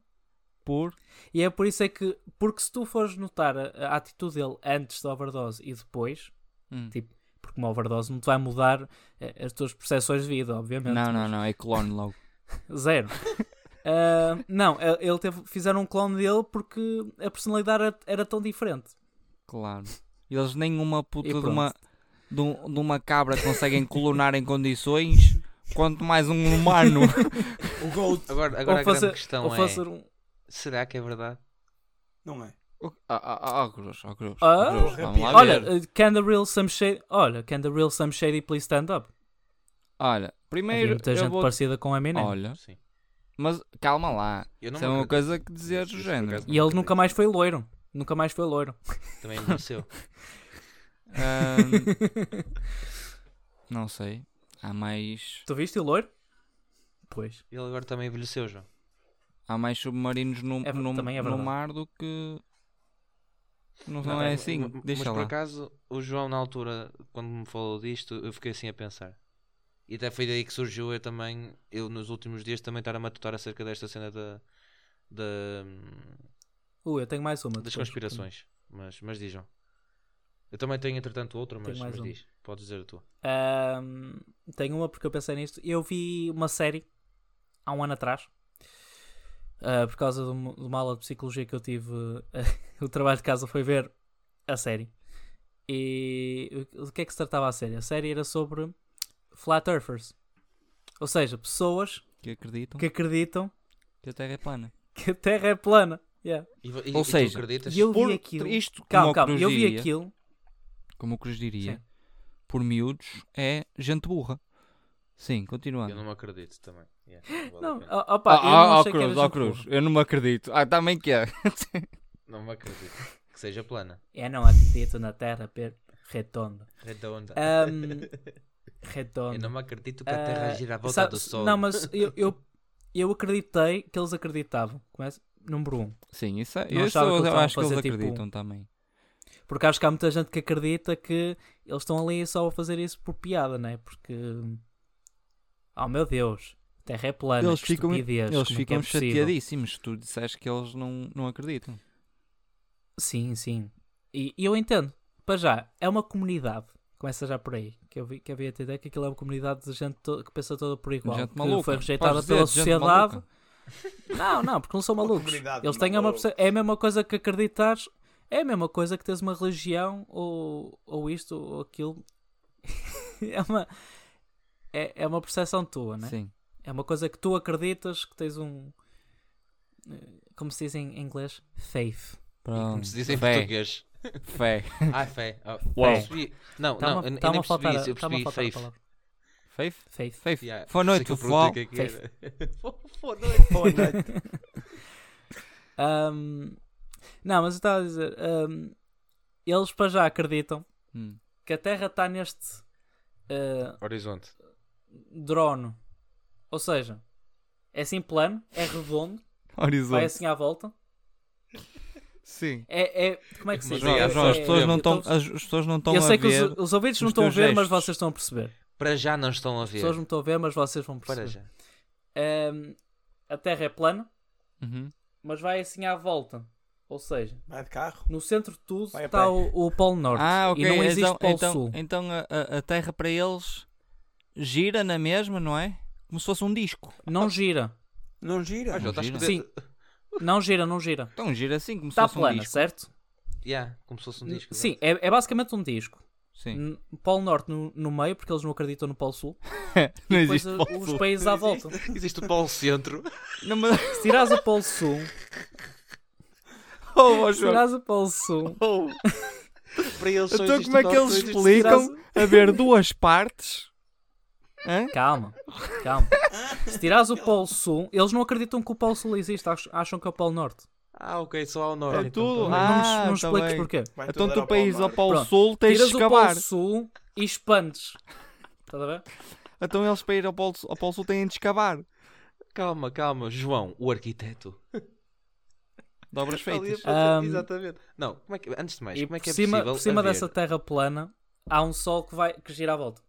S2: Por.
S3: E é por isso é que, porque se tu fores notar a, a atitude dele antes da overdose e depois,
S2: Hum.
S3: tipo, porque uma overdose não te vai mudar eh, as tuas percepções de vida, obviamente.
S2: Não, não, não. É clone logo.
S3: Zero. Ah, não, ele ele teve, fizeram um clone dele porque a personalidade era, era tão diferente.
S2: Claro. Eles nem uma puta
S3: E
S2: de
S3: pronto.
S2: uma, de, um- de uma cabra conseguem colonar em condições, quanto mais um humano.
S5: O Gold.
S4: Agora, agora a grande
S3: fazer-
S4: questão
S3: Ou
S4: é:
S3: fazer um.
S4: será que é verdade?
S5: Não é?
S2: Oh, ah, ah, ah, cruz, oh, cruz,
S3: Ah.
S2: oh, cruz, vamos lá
S3: Olha,
S2: ver.
S3: eh, can the real some shady. Olha, can the real some shady please stand up?
S2: Olha,
S3: Havia
S2: primeiro
S3: muita
S2: eu
S3: gente
S2: vou...
S3: parecida é? com Eminem.
S2: Olha,
S4: Sim.
S2: mas calma lá.
S4: Eu não
S2: Isso é uma
S4: acredito.
S2: coisa que dizer do
S4: Isso, por
S2: género.
S4: acaso,
S3: E ele nunca mais foi loiro. Nunca mais foi loiro.
S4: Também mereceu.
S2: Ahm, Ah, não sei. Há mais,
S3: Tu viste o loiro? Pois.
S4: ele agora também envelheceu, João.
S2: há mais submarinos no,
S3: É ver-
S2: no,
S3: também é
S2: no
S3: verdade.
S2: mar do que Não, não é
S4: ma-
S2: assim,
S4: ma-
S2: deixa
S4: mas por
S2: lá.
S4: acaso, o João, na altura, quando me falou disto, eu fiquei assim a pensar. E até foi daí que surgiu eu também, eu nos últimos dias também estar a matutar acerca desta cena da, da-
S3: Uh, eu tenho mais uma.
S4: das
S3: depois.
S4: conspirações. Mas, mas diz, João. Eu também tenho, entretanto, outra, mas,
S3: Tenho mais um.
S4: mas
S3: uma.
S4: diz. Podes dizer a tua.
S3: Ahm, tenho uma porque eu pensei nisto. Eu vi uma série há um ano atrás. ah, por causa de uma, de uma aula de psicologia que eu tive, o trabalho de casa foi ver a série. E o o que é que se tratava a série? A série era sobre flat earthers, ou seja, pessoas
S2: Que acreditam
S3: que é
S2: que...
S3: acreditam
S2: a Terra é plana.
S3: que a Terra é plana. Yeah.
S4: E, vo- e-
S2: Ou
S4: e tu
S2: seja,
S4: acreditas?
S3: E eu
S2: Por-
S3: vi aquilo.
S2: Isto, como
S3: Calma,
S2: o
S3: calma,
S2: Cruz
S3: eu vi
S2: diria,
S3: aquilo.
S2: Como o Cruz diria,
S3: Sim.
S2: por miúdos, é gente burra. Sim,
S4: Eu
S2: continuando.
S4: não me acredito também. Yeah, vale a
S3: Não,
S4: pena.
S3: ó- opa, eu não
S2: Ah, ó
S3: achei que era
S2: Cruz, ó
S3: gente
S2: Cruz,
S3: burra.
S2: eu não me acredito. Ah, também que é.
S3: oh.
S4: Não me acredito. Que seja plana.
S3: Eu não acredito na Terra per- redonda.
S4: Redonda.
S3: Um,
S4: Eu não
S3: redondo.
S4: me acredito que a Terra
S3: Ah,
S4: gira à volta
S3: Sabe-
S4: do Sol.
S3: Não, mas eu, eu, eu acreditei que eles acreditavam. Começa? Número um.
S2: Sim, isso é.
S3: Não
S2: Eu,
S3: achava
S2: sou-
S3: que eles
S2: eu
S3: estavam a
S2: acho que eles
S3: fazer, tipo,
S2: acreditam também.
S3: Porque acho que há muita gente que acredita que eles estão ali só a fazer isso por piada, não é? Porque. Oh meu Deus, a terra é plana.
S2: Eles
S3: que
S2: ficam, eles
S3: estupidez, como é que
S2: ficam
S3: é possível?
S2: chateadíssimos se tu disseste que eles não, não acreditam.
S3: Sim, sim. E, e eu entendo. Para já, é uma comunidade. Começa já por aí. Que eu, vi, que eu vi a entender que aquilo é uma comunidade de gente to- que pensa toda por igual.
S2: gente
S3: que
S2: maluca.
S3: foi rejeitada
S2: Podes dizer,
S3: pela
S2: gente
S3: sociedade.
S2: maluca.
S3: Não, não, porque não são malucos.
S5: comunidade de
S3: Eles têm uma
S5: malucos.
S3: perce- É a mesma coisa que acreditares. É a mesma coisa que tens uma religião ou, ou isto ou aquilo. é uma. É, é uma percepção tua, né?
S2: Sim.
S3: É uma coisa que tu acreditas que tens um. eh, Como se diz em inglês? Faith.
S2: Pronto.
S4: Como se diz em
S2: Fé,
S4: português.
S2: Fé.
S4: Ai, fé. Oh,
S3: Uau.
S4: percebi. Não, não, eu,
S3: Está-me
S4: eu nem
S3: a- está-me a tá faltar
S4: percebi
S3: a-
S4: isso. Eu
S3: está-me
S4: percebi
S3: a faltar a
S4: faith.
S3: palavra.
S2: Faith?
S3: Faith.
S2: Faith.
S4: Yeah,
S2: Boa noite,
S4: por isso é que eu
S2: pessoal.
S4: perguntei o que é que
S3: Faith.
S4: era. Boa noite.
S5: Boa noite.
S3: Ahm, Um, não, mas eu estava a dizer. ahm, eles para já acreditam
S2: Hum.
S3: que a Terra está neste ah,
S4: Horizonte.
S3: drone. Ou seja, é assim plano, é redondo, vai
S2: Horizonte.
S3: assim à volta.
S2: Sim.
S3: É, é- como é que se
S4: Mas,
S3: diz?
S4: João,
S3: É-
S4: João,
S2: as
S3: é-
S2: pessoas não
S3: eu
S2: estão
S3: tô-
S2: as as pessoas não estão
S3: Eu sei
S2: a
S3: que os,
S2: ver
S3: os ouvintes não
S2: os
S3: estão a
S2: teus
S3: ver, mas
S2: gestos.
S3: vocês estão a perceber.
S4: Para já não estão a
S3: As
S4: ver.
S3: pessoas não estão a ver, mas vocês vão
S4: Para
S3: perceber.
S4: já.
S3: Ahm, a Terra é plana,
S2: Uhum.
S3: mas vai assim à volta. Ou seja,
S5: Vai de carro.
S3: no centro de tudo
S5: Vai a
S3: está
S5: pé.
S3: o, o Polo Norte.
S2: Ah, ok.
S3: E não existe
S2: então
S3: Polo
S2: então,
S3: Sul.
S2: então a- a, a Terra para eles gira na mesma, não é? Como se fosse um disco.
S3: Não gira.
S5: Não gira.
S4: Ah, João, estás
S2: gira.
S4: com-
S3: Sim. Não gira, não gira.
S2: Então gira assim, como se
S3: Está
S2: fosse um
S3: plana,
S2: disco.
S3: certo?
S4: Yeah, como se fosse um disco.
S3: Sim, é, é basicamente um disco.
S2: Sim.
S3: N- Polo Norte no, no meio, porque eles não acreditam no Polo Sul.
S2: Não
S3: Depois
S2: existe
S3: uh,
S2: Polo
S3: os
S2: Sul.
S3: países à volta.
S4: não é? Existe o Polo Centro.
S2: Não, mas...
S3: Se tirares o Polo Sul,
S2: Oh, ó,
S3: se
S2: João.
S3: tirares o Polo Sul,
S4: Para eles só
S2: Então
S4: existe
S2: como é
S4: o
S2: que eles
S4: Norte, não existe o
S2: explicam
S4: Sul.
S2: a ver duas partes? Hã?
S3: calma, calma. Se tirares o Polo Sul, eles não acreditam que o Polo Sul existe, ach- acham que é o Polo Norte.
S4: Ah, ok, só ao Norte.
S2: É
S4: então,
S2: tudo.
S4: tá bem.
S2: Ah,
S3: não me- não me
S2: tá
S3: expliques
S2: bem.
S3: porquê.
S5: Vai
S2: Então
S5: tudo
S2: tu
S5: dar
S2: para ires
S5: Polo
S2: ao
S5: Norte.
S2: Polo
S3: Pronto.
S2: Sul tens de
S3: Tiras o Polo
S2: escavar.
S3: Sul e expandes. Estás a ver?
S2: Então eles para ir ao Polo, Sul- ao Polo Sul têm de escavar.
S4: Ah, Calma, calma. João, o arquiteto.
S2: Dobras
S4: Ali a
S2: feitas.
S4: fazer-
S3: Ahm.
S4: Exatamente. Não, como é que... antes de mais,
S3: E
S4: como é que é
S3: por cima,
S4: possível
S3: por cima
S4: haver-
S3: dessa terra plana há um sol que vai que gira à volta.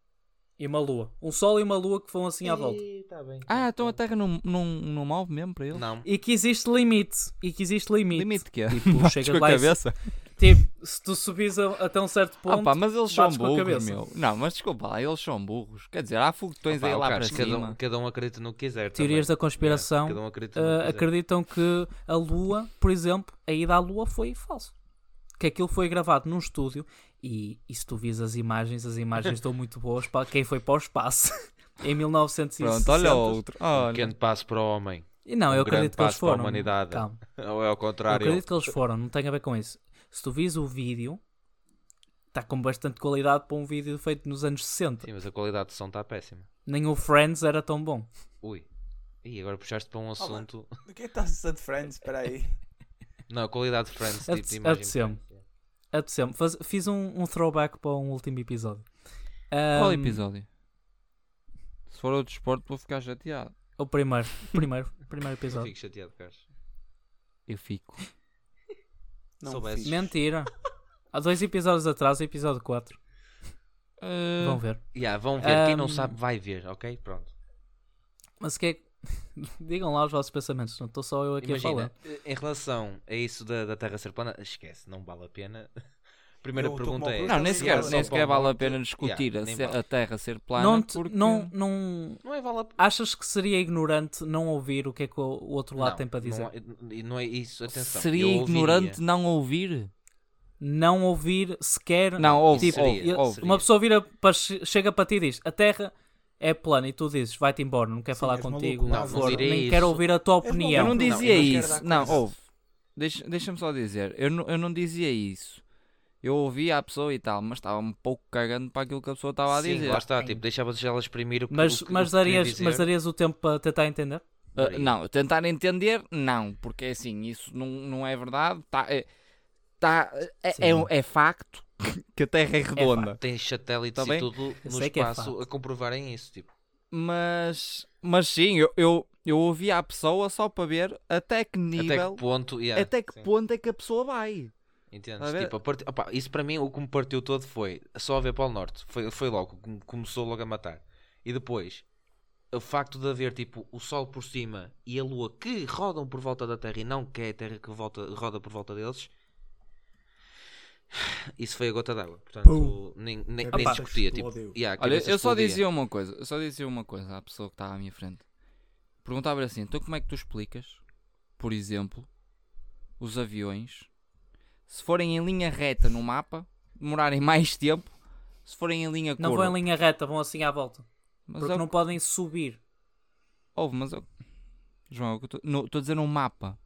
S3: E uma lua. Um sol e uma lua que vão assim à volta.
S4: Ih, tá bem.
S2: Ah, então a Terra não, não, não move mesmo para eles?
S4: Não.
S3: E que existe limite. E que existe limite.
S2: Limite que é.
S3: Tipo,
S2: Bates
S3: chegas
S2: com a
S3: lá e-
S2: cabeça.
S3: Tipo, se tu subis a- até um certo ponto.
S2: Ah pá, mas eles são
S3: bates com a
S2: burros,
S3: cabeça.
S2: meu. Não, mas desculpa lá, eles são burros. Quer dizer, há foguetões
S4: Pá,
S3: é
S2: aí
S4: o
S2: lá para
S4: Carlos, cada, um,
S2: cima.
S4: cada um acredita no que quiser.
S3: Teorias
S4: também.
S3: da conspiração,
S4: É, cada um acredita no
S3: ah,
S4: que quiser.
S3: acreditam que a lua, por exemplo, a ida à lua foi falso. Que aquilo foi gravado num estúdio. E, e se tu vis as imagens, as imagens estão muito boas para quem foi para o espaço. em 1960.
S2: Pronto, olha outro.
S4: Um
S2: Olha.
S4: pequeno passo para o homem.
S3: E não,
S4: Um
S3: eu
S4: grande
S3: acredito que eles
S4: passo para a
S3: foram.
S4: humanidade.
S3: Calma.
S4: Ou é ao
S3: Eu
S4: contrário.
S3: acredito que eles foram, não tem a ver com isso. Se tu vis o vídeo, está com bastante qualidade para um vídeo feito nos anos 60.
S4: Sim, mas a qualidade de som está péssima.
S3: Nem o Friends era tão bom.
S4: Ui. E agora puxaste para um assunto.
S5: Do que é que estás a de Friends? Espera aí.
S4: Não, a qualidade de Friends, tipo de
S3: Apete-
S4: imagem.
S3: apeteceu-me. Apeteceu-me. Faz- Fiz um, um throwback para um último episódio.
S2: Qual
S3: Ahm,
S2: episódio? Se for outro desporto, vou ficar chateado.
S3: O primeiro. Primeiro, primeiro
S4: Eu
S3: episódio.
S4: Fico chateado, Carlos.
S2: Eu fico.
S5: Não
S4: Soubesses.
S5: fiz.
S3: Mentira. Há dois episódios atrás, episódio 4.
S2: Ah. Eh,
S3: Vão ver.
S4: Yeah, vão ver. Quem
S3: Um,
S4: não sabe, vai ver, ok? Pronto.
S3: Mas o que é que. Digam lá os vossos pensamentos, não estou só eu aqui a
S4: Imagina, eh,
S3: falar.
S4: em relação a isso da, da Terra ser plana, esquece, não vale a pena. Primeira
S5: Eu tô com
S4: pergunta
S5: uma
S4: é.
S5: pergunta. assim,
S2: Não, nem
S5: Só
S2: sequer,
S5: para
S2: nem
S5: o
S2: sequer
S4: Paulo.
S2: vale a pena discutir
S4: Yeah,
S2: a,
S4: nem
S2: se-
S4: vale.
S2: a Terra ser plana.
S3: Não, te-
S2: porque...
S3: não, não.
S4: Não é vale a pena.
S3: Achas que seria ignorante não ouvir o que é que o o outro lado
S4: Não,
S3: tem para dizer?
S4: Não, é- não é isso, atenção. eu
S2: Seria
S4: ouviria.
S2: ignorante não ouvir?
S3: não ouvir sequer.
S2: Não, ouve,
S3: tipo,
S2: ouve,
S3: eu-
S2: ouve.
S3: uma pessoa vira para- chega para ti e diz: A Terra é plana, e tu dizes: Vai-te embora, não quero
S5: Sim,
S3: falar
S5: és maluco,
S3: contigo,
S4: não, não
S3: for,
S4: direi
S3: nem
S4: isso.
S3: quero ouvir a tua
S5: És maluco,
S2: Eu
S3: opinião.
S2: não
S4: não, eu não
S2: dizia
S5: quero dar
S2: isso. Não,
S5: coisas.
S2: ouve. Deixa- Deixa-me só dizer. Eu não, eu não dizia isso. Eu ouvia a pessoa e tal, mas estava um pouco cagando para aquilo que a pessoa estava a
S4: Sim,
S2: dizer.
S4: lá está, tipo, deixavas ela exprimir o que
S3: Mas,
S4: o que-
S3: mas,
S4: o que queria
S3: darias,
S4: dizer.
S3: mas darias o tempo para tentar entender?
S2: Ah,
S4: Maria.
S2: não, tentar entender, não, porque é assim, isso não, não é verdade. Tá, é, tá, é, é,
S3: Sim.
S2: é facto que a Terra é redonda.
S4: Tens
S2: Tá
S4: satélites e
S2: bem?
S4: tudo
S3: Eu
S4: no
S3: sei que é
S4: espaço
S3: fato.
S4: a comprovarem isso, tipo.
S2: mas, mas sim, eu, eu, eu ouvi a pessoa só para ver até que
S4: Até
S2: nível,
S4: que ponto, yeah,
S2: até que
S4: sim,
S2: ponto é que a pessoa vai.
S4: Entendes?
S2: Estás a ver?
S4: Tipo, a partir- opá, isso para mim o que me partiu todo foi só haver Polo Norte. Foi, foi logo, que me começou logo a matar. E depois, o facto de haver tipo o Sol por cima e a Lua que rodam por volta da Terra e não que é a Terra que volta, roda por volta deles. Isso foi a gota d'água. Portanto, nem,
S2: É
S4: nem, nem
S3: Cabeça
S4: discutia. Tipo,
S5: explodiu.
S4: yeah, a
S2: Olha,
S4: cabeça
S2: eu só
S4: explodia.
S2: dizia uma coisa, eu só dizia uma coisa à pessoa que estava à minha frente. Perguntava-lhe assim, então como é que tu explicas, por exemplo, os aviões, se forem em linha reta no mapa, demorarem mais tempo, se forem em linha curva.
S3: Não vão em linha reta, vão assim à volta.
S2: Mas
S3: Porque
S2: eu-
S3: não podem subir.
S2: Ouve, mas eu... João, é estou a dizer num mapa.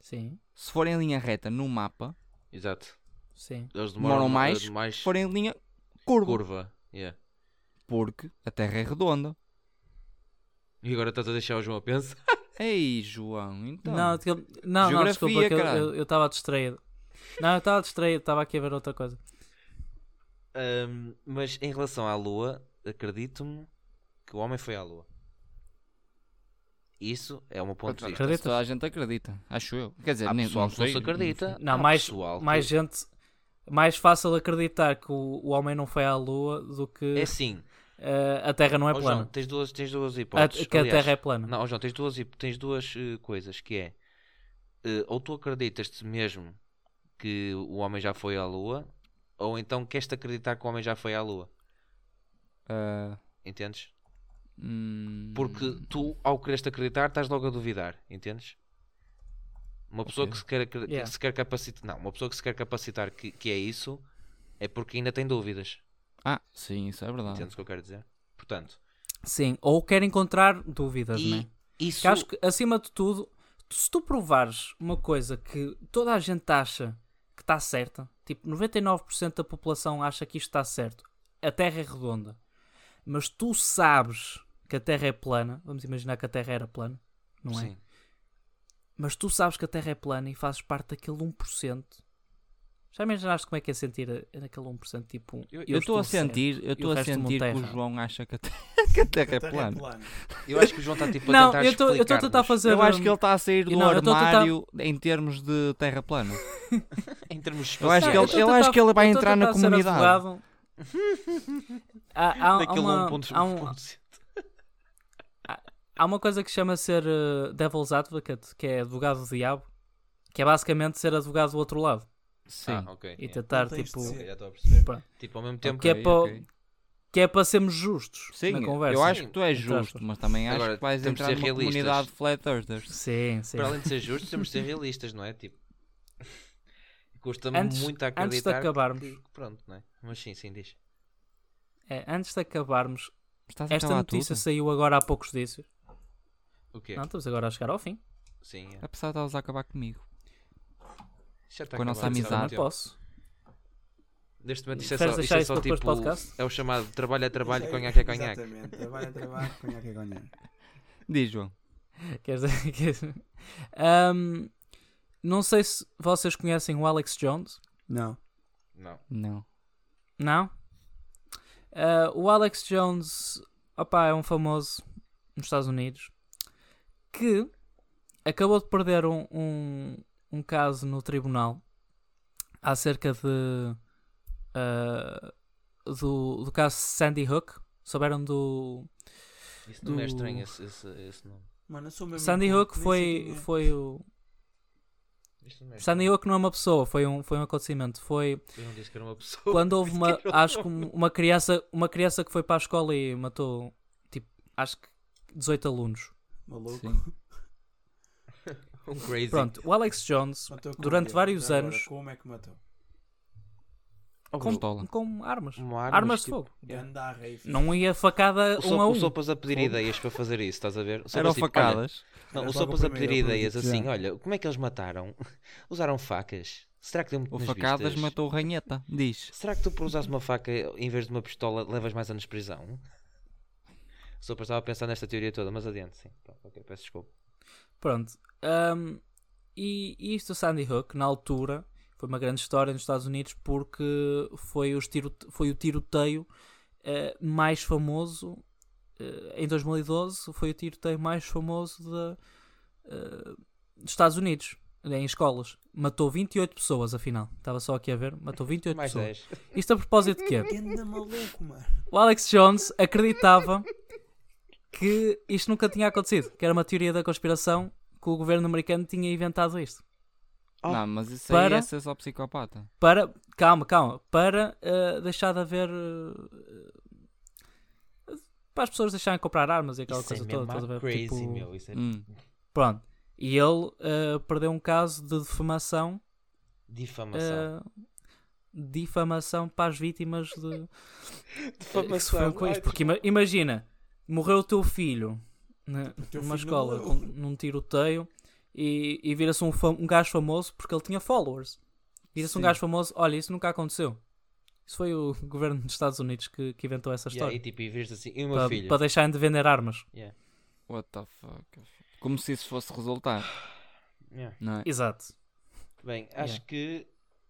S3: Sim,
S2: Se forem em linha reta no mapa,
S4: Exato.
S3: sim.
S4: Eles demoram,
S2: demoram um- mais,
S4: eh,
S2: se forem em linha curva.
S4: curva. yeah.
S2: Porque a Terra é redonda.
S4: E agora estás a deixar o João a pensar.
S2: Ei, João, então...
S3: Não, aquilo- não, não,
S2: Geografia,
S3: desculpa, que eu-
S2: caralho.
S3: eu- eu estava distraído. Não, eu estava distraído, estava aqui a ver outra coisa.
S4: Ahm, mas em relação à Lua, acredito-me que o homem foi à Lua. Isso é um ponto de vista.
S3: Acreditas?
S2: Toda a gente acredita, acho eu. Quer dizer,
S4: Há
S2: nem,
S4: pessoal
S2: não
S4: que não
S2: sei.
S4: se acredita.
S3: Não,
S4: há
S3: mais,
S4: pessoal que-
S3: mais gente. Mais fácil acreditar que o, o homem não foi à lua do que
S4: É sim.
S3: eh, a terra não é
S4: Ó, João,
S3: plana.
S4: tens duas, tens duas
S3: A-
S4: hipóteses.
S3: que a
S4: Aliás,
S3: terra é plana.
S4: Não, ó, João, tens duas, hip- tens duas eh, coisas, que é... eh, ou tu acreditas-te mesmo que o homem já foi à Lua, ou então queres-te acreditar que o homem já foi à Lua.
S2: Ah,
S4: Entendes?
S2: hum,
S4: Porque
S3: Uhum.
S4: tu, ao quereres-te acreditar, estás logo a duvidar, entendes? Uma pessoa que, se quer, acre- que
S3: Yeah.
S4: se quer capacitar. Não, uma pessoa que se quer capacitar que, que é isso é porque ainda tem dúvidas.
S2: Ah, sim, isso é verdade.
S4: Entendes o que eu quero dizer? Portanto,
S3: Sim, ou quer encontrar dúvidas,
S4: e
S3: não é?
S4: isso
S3: Que acho que, acima de tudo, se tu provares uma coisa que toda a gente acha que está certa, tipo, 99% da população acha que isto está certo, a Terra é redonda, mas tu sabes que a Terra é plana, vamos imaginar que a Terra era plana, não é?
S4: Sim.
S3: Mas tu sabes que a Terra é plana e fazes parte daquele 1%. Já imaginaste como é que é sentir a- naquele 1%? Tipo,
S4: Eu-
S2: Eu estou a sentir, eu
S3: e o
S2: estou a
S3: resto do mundo
S2: sentir que
S3: terra.
S2: o João acha que a Terra, que a terra é
S5: Terra
S2: plana.
S4: Eu acho que o João está tipo a
S3: Não,
S4: tentar
S3: eu estou a tentar
S4: explicar-nos.
S3: fazer.
S2: Eu acho que
S3: hum,
S2: ele está a sair do
S3: Não, eu estou a tentar-
S2: armário em termos de terra plana.
S4: Em termos
S2: Eu acho que
S3: Não,
S2: ele-
S3: estou a
S4: espaciais,
S2: eu acho que ele vai
S3: eu estou a
S2: entrar na
S3: tentar ser
S2: comunidade.
S3: advogado. há, há- há
S4: daquele
S3: é uma,
S4: 1.5%.
S3: há, um- há uma coisa que chama ser eh, Devil's Advocate, que é advogado do diabo, que é basicamente ser advogado do outro lado
S2: Sim.
S4: Ah, ok.
S3: e
S4: yeah.
S3: tentar,
S5: É, Não tens de
S3: tipo,
S5: ser.
S4: Ok, Já estou a perceber.
S3: Pronto.
S4: Tipo, ao mesmo tempo.
S3: que, é
S2: Ok,
S3: para,
S2: ok.
S3: que é para sermos justos
S2: Sim,
S3: na conversa.
S2: eu acho
S4: Sim,
S2: que tu és
S3: entre aspas.
S2: justo, mas também acho
S4: Agora,
S2: que vais
S4: temos de
S2: entrar
S4: ser
S2: numa
S4: realistas.
S2: comunidade de flat earthers.
S3: Sim, sim.
S4: Para além de ser justos, temos de ser realistas, não é? Tipo. Custa-me
S3: Antes-
S4: muito a
S3: antes de
S4: acreditar. que-
S3: acabarmos.
S4: que- Pronto, não é? Mas sim, sim, diz.
S3: É, antes de acabarmos,
S2: Estás a
S3: esta
S2: acabar
S3: notícia
S2: tudo?
S3: saiu agora há poucos dias.
S4: O quê?
S3: Não, estamos agora a chegar ao fim.
S4: Sim, é.
S2: Apesar de estavas a acabar comigo.
S4: Já está
S2: Com a nossa
S4: acabado, já
S2: amizade.
S4: está
S3: Não
S4: muito tempo.
S3: posso.
S4: Neste momento isto é
S3: Queres
S4: só, isto
S3: deixar
S4: é
S3: isso
S4: só
S3: para depois
S4: tipo,
S3: do podcast?
S4: é o chamado trabalho é trabalho, conhaque é conhaque.
S5: Exatamente. Trabalho é trabalho, conhaque é conhaque.
S2: Diz, João.
S3: Quer dizer, quer dizer- Ahm, não sei se vocês conhecem o Alex Jones.
S5: Não.
S4: Não.
S2: Não.
S3: Não? Ah, o Alex Jones opá, é um famoso nos Estados Unidos que acabou de perder um, um, um caso no tribunal acerca de ah, do, do caso Sandy Hook. Souberam do
S4: Isso não é
S3: Do-
S4: estranho, esse, esse, esse nome.
S5: Mano, eu sou mesmo.
S3: Sandy
S5: burro,
S3: Hook
S5: nem sei
S3: foi
S5: quem é.
S3: foi o
S4: Isto não é
S3: Sandy Hook não é uma pessoa, foi um foi um acontecimento, foi
S4: estranho. Eu não disse que era uma pessoa.
S3: quando houve uma
S4: Isso que era um
S3: acho que um- uma criança uma criança que foi para a escola e matou tipo acho que 18 alunos.
S5: Maluco.
S2: Sim.
S4: Um crazy.
S3: Pronto, o Alex Jones
S5: Matou com
S3: Durante
S5: o quê?
S3: vários
S5: Já agora,
S3: anos-
S5: Como é que matou?
S2: Com pistola.
S3: com armas,
S4: Uma
S3: armas,
S4: arma,
S3: de
S4: tipo,
S3: fogo.
S5: Andar aí.
S3: Não ia facada
S4: O,
S3: um a
S4: so,
S3: um.
S4: o Sopas a pedir ideias para fazer isso, estás a ver? O Sopas
S2: Eram
S4: tipo, olha,
S2: facadas.
S4: Não, o
S5: Era
S4: Sopas
S5: logo
S4: a
S5: o
S4: pedir
S5: primeiro, eu
S4: ideias
S1: acredito,
S4: assim,
S1: já.
S4: olha, como é que eles mataram? Usaram facas? Será que deu muito
S2: O
S4: nas
S2: facadas
S4: vistas?
S2: matou o ranheta, diz.
S4: Será que tu por usares uma faca em vez de uma pistola levas mais anos de prisão? Só estava a pensar nesta teoria toda, mas adiante, sim. Pronto, ok, peço desculpa.
S3: Pronto. Ahm, e, e isto do Sandy Hook, na altura, foi uma grande história nos Estados Unidos porque foi, os tiro, foi o tiroteio eh, mais famoso. eh, em 2012 foi o tiroteio mais famoso da, eh, dos Estados Unidos, né, em escolas. Matou 28 pessoas, afinal. Estava só aqui a ver. Matou 28
S4: Mais
S3: pessoas.
S4: 10.
S3: Isto a propósito de quê?
S5: Anda maluco, mano.
S3: o Alex Jones acreditava que isto nunca tinha acontecido, que era uma teoria da conspiração que o governo americano tinha inventado isto.
S4: Oh,
S2: Não, mas isso aí
S3: para-
S2: é ser só psicopata.
S3: Para, calma, calma, para eh, deixar de haver. eh, para as pessoas deixarem de comprar armas e aquela
S4: Isso é
S3: coisa
S4: mesmo
S3: toda. estás a ver?
S4: crazy,
S3: Tipo,
S4: meu. Isso é
S2: Hum.
S3: Pronto. E ele eh, perdeu um caso de defamação
S4: difamação.
S3: eh, difamação para as vítimas de. que
S4: difamação.
S3: sofreram com isto. Porque ima- imagina, morreu o teu filho né,
S5: O teu
S3: numa
S5: filho
S3: escola,
S5: morreu.
S3: com- num tiroteio, e, e vira-se um, fam- um gajo famoso porque ele tinha followers. Vira-se um
S2: Sim.
S3: gajo famoso, olha, isso nunca aconteceu. Isso foi o governo dos Estados Unidos que, que inventou essa
S4: E aí,
S3: história.
S4: tipo, e vires assim, e o meu
S3: Para,
S4: filho?
S3: para deixarem de vender armas.
S2: What the fuck? Como se isso fosse resultar,
S4: Yeah.
S2: não é?
S3: Exato.
S4: Bem, acho que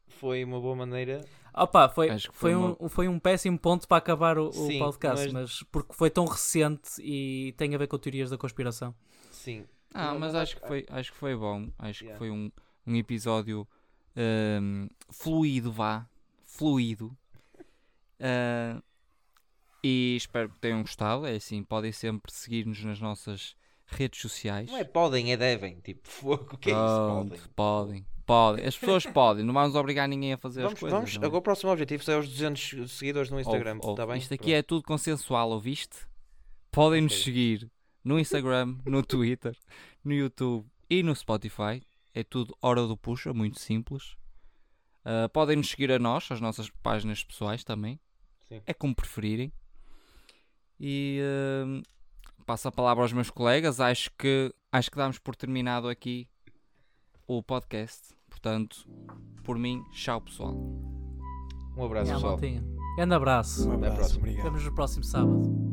S4: foi uma boa maneira.
S3: Opa, foi,
S2: Acho que
S3: foi,
S2: foi
S3: um, foi um péssimo ponto para acabar o, o
S4: Sim,
S3: podcast,
S4: mas-
S3: mas porque foi tão recente e tem a ver com teorias da conspiração.
S4: Sim.
S2: Ah,
S4: Não,
S2: mas
S4: mas
S2: acho
S4: acho-
S2: que foi, acho que foi bom. Acho que
S4: Yeah.
S2: foi um, um episódio ahm, fluido, vá. Fluido. Ah, e espero que tenham gostado. É assim, podem sempre seguir-nos nas nossas redes sociais.
S4: Não é podem, é devem. Tipo, fogo, o que é isso?
S2: Pronto,
S4: Podem.
S2: podem. Podem. As pessoas podem. Não vamos obrigar ninguém a fazer
S4: Vamos,
S2: as coisas.
S4: vamos
S2: não é?
S4: agora o próximo objetivo é os 200 seguidores no Instagram,
S2: Ouve, ouve.
S4: está bem?
S2: Isto aqui
S4: Pronto.
S2: é tudo consensual, ouviste? Podem nos
S4: Ok.
S2: seguir no Instagram, no Twitter, no YouTube e no Spotify. É tudo hora do puxa, muito simples. Ah, podem nos seguir a nós, as nossas páginas pessoais também.
S4: Sim.
S2: É como preferirem. E ah, passo a palavra aos meus colegas. Acho que acho que damos por terminado aqui o podcast. Portanto, por mim, tchau pessoal.
S4: Um abraço,
S3: Minha
S4: pessoal.
S3: maltinha. Grande abraço.
S5: Um abraço,
S4: próxima.
S5: obrigado.
S3: Vemos no próximo sábado.